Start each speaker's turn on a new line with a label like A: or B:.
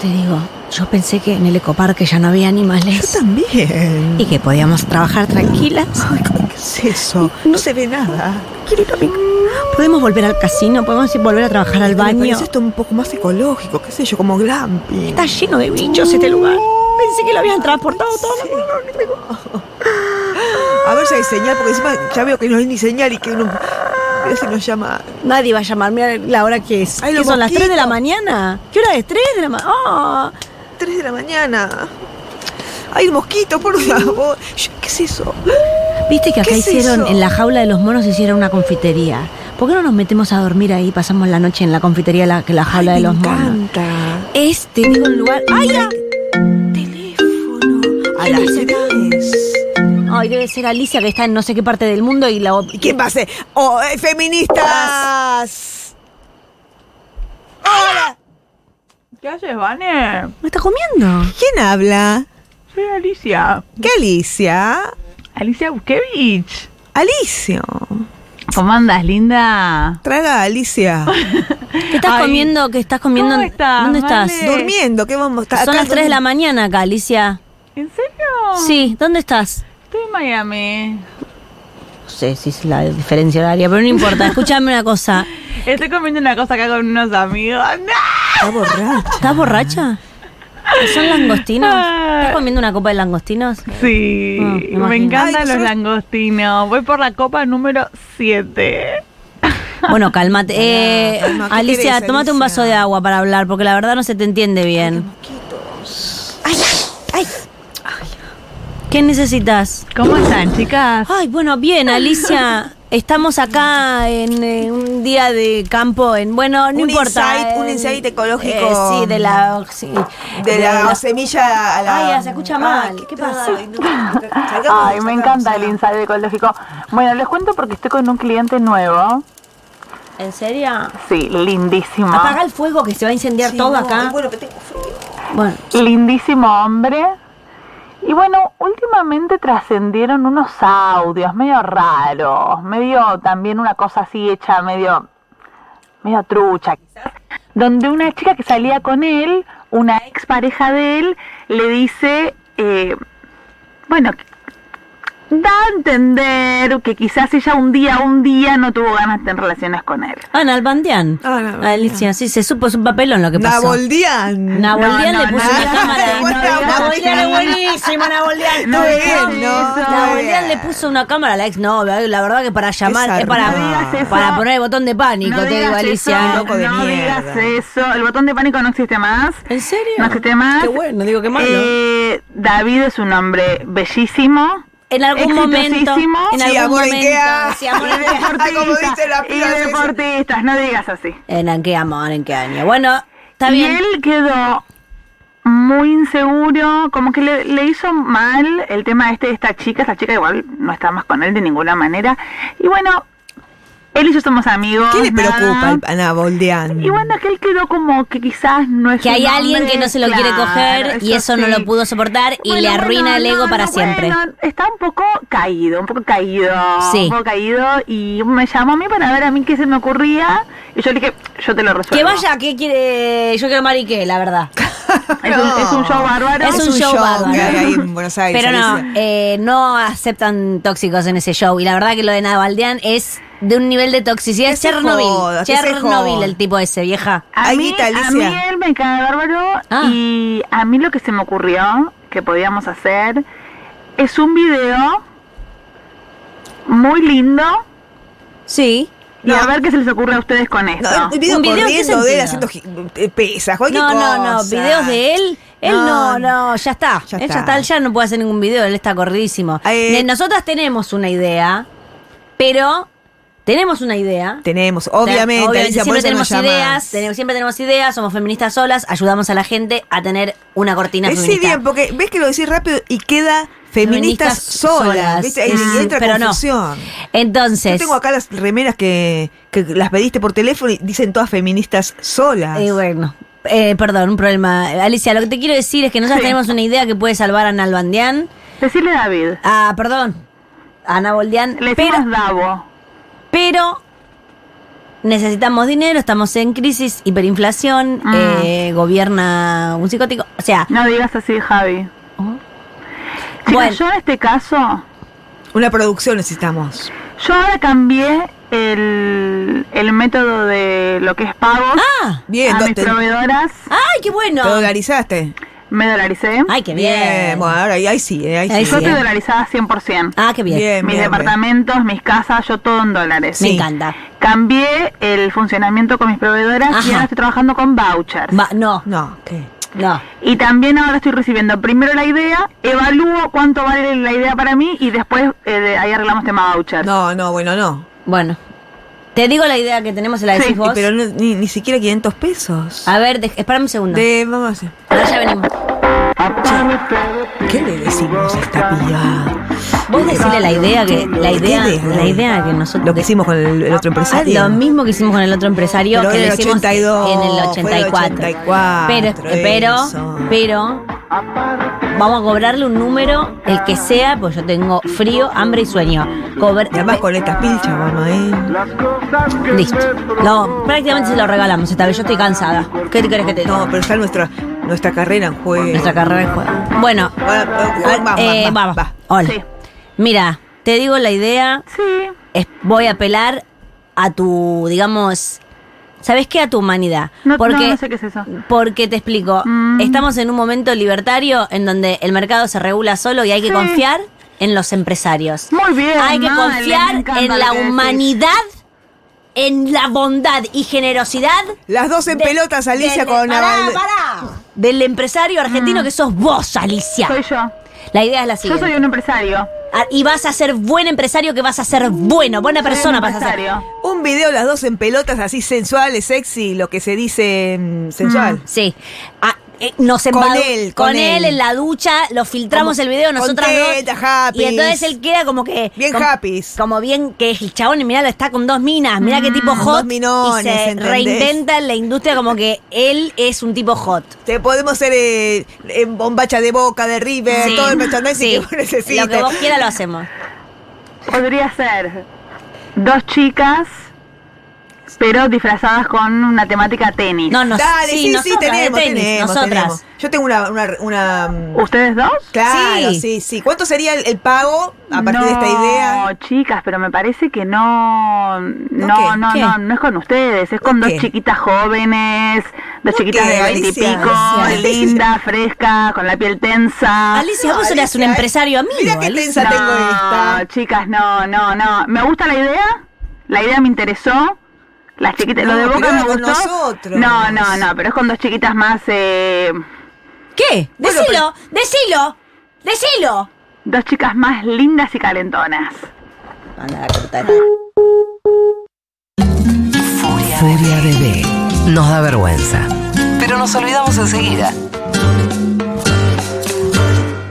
A: te digo, yo pensé que en el ecoparque ya no había animales.
B: Yo también.
A: Y que podíamos trabajar tranquilas.
B: Ay, ¿Qué es eso? No se ve nada.
A: Quiero ir a mi- Podemos volver al casino, podemos ir- volver a trabajar al
B: Me
A: baño.
B: parece esto un poco más ecológico, qué sé yo, como glamping.
A: Está lleno de bichos este lugar. Pensé que lo habían transportado todo.
B: A ver si hay señal, porque encima ya veo que no hay ni señal y que no. Mira si nos llama.
A: Nadie va a llamarme a la hora que es.
B: Ay,
A: ¿Qué
B: los
A: son las 3 de la
B: mosquitos.
A: mañana? ¿Qué hora es? 3 de la Ah. mañana.
B: 3 de la mañana. Hay un mosquito, por favor. Sh, ¿Qué es eso?
A: Viste que acá
B: ¿Qué es
A: hicieron,
B: eso?
A: en la jaula de los monos hicieron una confitería. ¿Por qué no nos metemos a dormir ahí y pasamos la noche en la confitería, la, la jaula
B: Ay,
A: de
B: me
A: los monos?
B: encanta.
A: Este, digo, un lugar... ¡Ay, ya!
B: Teléfono. A
A: ¿Qué
B: las
A: dice acá?
B: tres.
A: Ay, debe ser Alicia que está en no sé qué parte del mundo y la...
B: ¿Y quién va a ser? ¡Oh, eh, feministas! ¡Hola!
C: ¿Qué haces, Vane?
A: ¿Me está comiendo?
B: ¿Quién habla?
C: Soy Alicia.
B: ¿Qué Alicia?
C: Alicia Buskevich.
B: Alicio.
C: ¿Cómo andas, linda?
B: Traga a Alicia.
A: ¿Qué estás
C: Ay.
A: comiendo? ¿Qué estás comiendo?
C: ¿Cómo estás,
A: ¿Dónde
C: Vale?
A: estás?
B: Durmiendo, ¿qué vamos a estar
A: Son las 3 de la mañana acá, Alicia.
C: ¿En serio?
A: Sí, ¿dónde estás?
C: Estoy en Miami.
A: No sé si es la diferencia horaria, pero no importa. Escúchame una cosa.
C: Estoy comiendo una cosa acá con unos amigos. ¡No!
B: Está borracha.
A: ¿Estás borracha? ¿Son langostinos? ¿Estás comiendo una copa de langostinos?
C: Sí,
A: Ah, me imagino.
C: me
B: Ay,
C: encantan los
B: nosotros-
C: langostinos. Voy por la copa número 7.
A: Bueno, cálmate. Eh,
B: calma, ¿qué
A: Alicia,
B: querés,
A: tómate un
B: Alicia?
A: vaso de agua para hablar, porque la verdad no se te entiende bien.
B: ¡Ay, ay!
A: ¿Qué necesitas?
C: ¿Cómo están, chicas?
A: Ay, bueno, bien, Alicia. Estamos acá en eh, un día de campo, en bueno, no
B: Un
A: importa.
B: insight- un
A: eh,
B: insight ecológico.
A: eh, sí, de la, sí,
B: ay! De la, semilla a la.
A: Ay, se escucha mal. ¿Qué pasa?
B: Ay, no. Sacamos,
C: Ay, me
B: sacamos,
C: encanta el
B: sacamos.
C: insight ecológico. Bueno, les cuento porque estoy con un cliente nuevo.
A: ¿En serio?
C: Sí, lindísimo.
A: Apaga el fuego que se va a incendiar
B: Sí,
A: todo
B: no,
A: acá.
B: ay, Bueno, pero tengo frío.
A: Bueno,
C: lindísimo hombre. Y bueno, últimamente trascendieron unos audios medio raros, medio también una cosa así hecha medio, medio trucha, quizás, donde una chica que salía con él, una ex pareja de él, le dice, eh, bueno, da a entender que quizás ella un día, un día no tuvo ganas de tener relaciones con él.
A: Ana ah, Albandián.
B: Ana Albandián.
A: Alicia, sí, se supo, es un papelón lo que pasó.
B: Naboldian.
A: Naboldián
C: No,
A: le
C: no,
A: puso
C: no,
A: una
C: no,
A: cámara.
B: no, no, no,
A: Naboldián
C: no,
A: es
C: no, no.
A: buenísimo, Naboldián.
B: Muy
C: digas
B: bien, ¿no?
C: eso.
A: Naboldián le puso una cámara a la exnovia. La verdad que para llamar, es
B: zarpado.
A: para,
C: No digas eso.
A: para poner el botón de pánico, te digo,
C: digas
A: Alicia. ¿eh?
C: eso,
B: Loco de
C: no digas
B: mierda.
C: eso. El botón de pánico no existe más.
A: ¿En serio?
C: No existe más.
A: Qué bueno, digo, qué malo.
C: Eh, David es un hombre bellísimo.
A: En algún momento.
C: exitosísimo.
A: En
B: Sí,
A: algún
B: amor, ¿en
A: momento.
B: qué ha-
A: sí, amor,
C: Y
A: ¿en qué ha-
C: deportista.
B: Como dice la
C: y
B: piba esa.
C: deportistas, no digas así.
A: ¿En qué amor? ¿En qué año? Bueno, está
C: y
A: bien.
C: él quedó muy inseguro, como que le, le hizo mal el tema este de esta chica, esta chica igual no está más con él de ninguna manera. Y bueno, él y yo somos amigos.
B: ¿Qué le
C: nada.
B: preocupa al- a Naboldian?
C: Y bueno, que él quedó como que quizás no es
A: Que hay
C: un
A: alguien
C: hombre,
A: que no se lo quiere
C: claro,
A: coger y eso no
C: sí.
A: lo pudo soportar y
C: Bueno,
A: le arruina
C: bueno,
A: el ego
C: no,
A: para
C: no,
A: siempre.
C: bueno, está un poco caído, un poco caído,
A: Sí.
C: un poco caído y me llamó a mí para ver a mí qué se me ocurría y yo le dije, yo te lo resuelvo.
A: Que vaya, que quiere. eh, Yo quiero marique, la verdad.
C: Es,
B: No.
C: un, es un show bárbaro.
A: Es un show bárbaro.
B: que hay ahí en Buenos Aires.
A: Pero no,
B: Alicia.
A: eh, no aceptan tóxicos en ese show. Y la verdad que lo de Navaldean es de un nivel de toxicidad.
B: Que
A: Es
B: se
A: Chernobyl.
B: joda, que se
A: Chernobyl,
B: joda.
A: el tipo ese, vieja.
C: A
B: Ahí
C: mí,
B: está,
C: a
B: Alicia.
C: mí él me cae bárbaro
A: Ah.
C: y a mí lo que se me ocurrió que podíamos hacer es un video muy lindo
A: Sí.
C: y a ver qué se les ocurre a ustedes con esto.
B: No, un video
A: ¿Un video en qué
B: corriendo de él
A: sentido?
B: haciendo gi- eh, pesas, cualquier
A: No,
B: cosa.
A: no, no. Videos de él. Él no, no, ya está.
B: Ya
A: él ya
B: está.
A: está, él ya no puede hacer ningún video, él está corridísimo.
B: Eh,
A: De- Nosotras tenemos una idea, pero tenemos una idea.
B: Tenemos, obviamente, Alicia, por
A: siempre
B: eso nos
A: tenemos ideas,
B: llamás.
A: tenemos- siempre tenemos ideas, somos feministas solas, ayudamos a la gente a tener una cortina
B: Decí
A: feminista.
B: Eh, bien, porque ves que lo decís rápido y queda feministas,
A: Feministas
B: solas.
A: solas.
B: ¿viste? Ahí
A: Mm,
B: entra
A: pero no.
B: confusión.
A: Entonces,
B: Yo tengo acá las remeras que, que las pediste por teléfono y dicen todas feministas solas.
A: eh, bueno, eh, perdón, un problema. Alicia, lo que te quiero decir es que nosotros
C: Sí.
A: tenemos una idea que puede salvar a Nalbandián.
C: Decirle a David,
A: Ah, perdón, a Ana Boldián.
C: le decimos
A: Pero,
C: Davo.
A: pero necesitamos dinero, estamos en crisis, hiperinflación,
C: Ah.
A: eh, gobierna un psicótico. O sea,
C: No digas así, Javi.
B: Oh.
C: Mira,
A: Bueno.
C: yo en este caso,
B: Una producción necesitamos.
C: yo ahora cambié el, el método de lo que es pagos
A: ¡ah!
B: Bien,
C: a
B: do-
C: mis
B: te,
C: proveedoras.
A: ¡Ay, qué bueno!
B: te dolarizaste.
C: Me dolaricé.
A: ¡Ay, qué bien!
B: bueno, ahora ahí, ahí sí, eh, ahí
A: Ahí
B: sí.
C: yo
A: sí,
C: estoy
A: bien.
C: dolarizada 100%.
A: ¡Ah, qué bien!
B: Bien, bien,
C: mis
B: bien.
C: departamentos, mis casas, yo todo en dólares.
A: Me
B: sí.
A: encanta.
C: Cambié el funcionamiento con mis proveedoras
A: Ajá.
C: y ahora estoy trabajando con vouchers.
A: Va- no,
B: No, ¿qué?
A: no.
C: Y también ahora estoy recibiendo primero la idea, evalúo cuánto vale la idea para mí y después eh, de ahí arreglamos tema vouchers.
B: No, no, bueno, no.
A: Bueno, te digo la idea que tenemos y la
C: Sí,
A: decís vos. Ah,
B: Pero no- ni, ni siquiera 500 pesos.
A: A ver, dej- espérame un segundo.
B: De, vamos a hacer.
A: Ahora ya venimos.
B: ¿Qué le decimos a esta piba?
A: Vos decirle la idea que la
B: ¿Qué
A: idea,
B: idea?
A: la idea que nosotros Ah,
B: Lo que hicimos con el, el otro empresario.
A: Lo mismo que hicimos con el otro empresario
B: Pero
A: que
B: en
A: lo
B: el
A: hicimos
B: 82,
A: en el
B: fue en el
A: 84.
B: 84,
A: pero, pero,
B: eso.
A: pero, vamos a cobrarle un número, el que sea, pues yo tengo frío, hambre y sueño. Cobr-
B: Y además con esta pilcha, mamá, ¿eh?
A: Listo. No, prácticamente se lo regalamos esta vez. Yo estoy cansada. ¿Qué te crees que te diga?
B: No, pero está nuestra, nuestra carrera en juego.
A: Nuestra carrera en juego. Bueno,
B: Bueno, eh,
A: a-
B: va, va,
A: eh,
B: va,
A: vamos.
B: va.
A: Hola.
C: Sí.
A: Mira, te digo la idea.
C: Sí,
A: es- voy a apelar a tu, digamos, ¿sabes qué? A tu humanidad.
C: no,
A: porque,
C: no, no sé qué es eso.
A: porque te explico,
C: Mm.
A: estamos en un momento libertario en donde el mercado se regula solo y hay que
C: Sí.
A: confiar en los empresarios.
C: Muy bien.
A: hay que
C: Male, me
A: confiar
C: encanta
A: en
C: lo
A: la
C: que decís.
A: humanidad, en la bondad y generosidad.
B: Las dos en
A: de-
B: pelotas, Alicia,
A: del-
B: con
A: pará,
B: Aval-
A: pará. Del empresario argentino que sos vos, Alicia.
C: Mm. Soy yo.
A: La idea es la
C: Yo
A: siguiente.
C: soy un empresario.
A: Ah, Y vas a ser buen empresario que vas a ser bueno, buena
C: Soy un
A: persona vas a ser.
C: empresario.
B: Un video, las dos en pelotas, así sensuales, sexy, lo que se dice mm, sensual.
A: Sí. Ah, eh, nos
B: Con
A: embadu-
B: él,
A: con
B: con
A: él
B: él.
A: en la ducha, lo filtramos
B: Como
A: el video nosotras
B: contenta,
A: dos.
B: happy.
A: Y entonces él queda como que
B: Bien
A: como,
B: happy.
A: como bien que es el chabón y mirá, lo está con dos minas, mirá qué tipo
B: Con
A: hot
B: Mm, dos minones,
A: y se
B: ¿entendés?
A: reinventa en la industria como que él es un tipo hot.
B: Te podemos hacer eh, en bombacha de boca, de River,
A: Sí,
B: Eh, todo el merchandising
A: sí.
B: que vos necesites.
A: Lo que vos quieras lo hacemos.
C: Podría ser dos chicas, pero disfrazadas con una temática tenis.
A: No, nos,
B: Dale, sí, sí,
A: nosotras, de
B: tenemos,
A: tenis,
B: tenemos,
A: nosotras.
B: tenemos. Yo tengo una... una, una, mm,
C: ¿Ustedes dos?
B: claro,
A: Sí.
B: sí. sí, ¿Cuánto sería el, el pago a partir de esta idea?
C: No, chicas, pero me parece que no. No,
B: qué?
C: no,
A: ¿Qué?
C: no, no es con ustedes, es con
B: ¿No
C: dos
B: qué?
C: chiquitas jóvenes,
B: ¿No
C: dos chiquitas
B: qué,
C: de veintipico,
B: Alicia?
C: lindas, frescas, con la piel tensa.
A: Alicia, vos
B: Ah, No,
A: eras un
B: Alicia, eh.
A: empresario amigo.
B: Mira qué
A: Alicia.
B: tensa tengo esta.
C: chicas, no, no, no. Me gusta la idea. La idea me interesó. Las chiquitas,
B: No,
C: lo de
B: pero
C: Boca
B: era
C: me
B: con
C: gustó.
B: nosotros.
C: No, no, no, pero es con dos chiquitas más, eh,
A: ¿Qué?
B: Bueno,
A: decilo, decilo, decilo.
C: dos chicas más lindas y calentonas.
A: Anda, cortala.
D: Furia bebé. Nos da vergüenza. Pero nos olvidamos enseguida.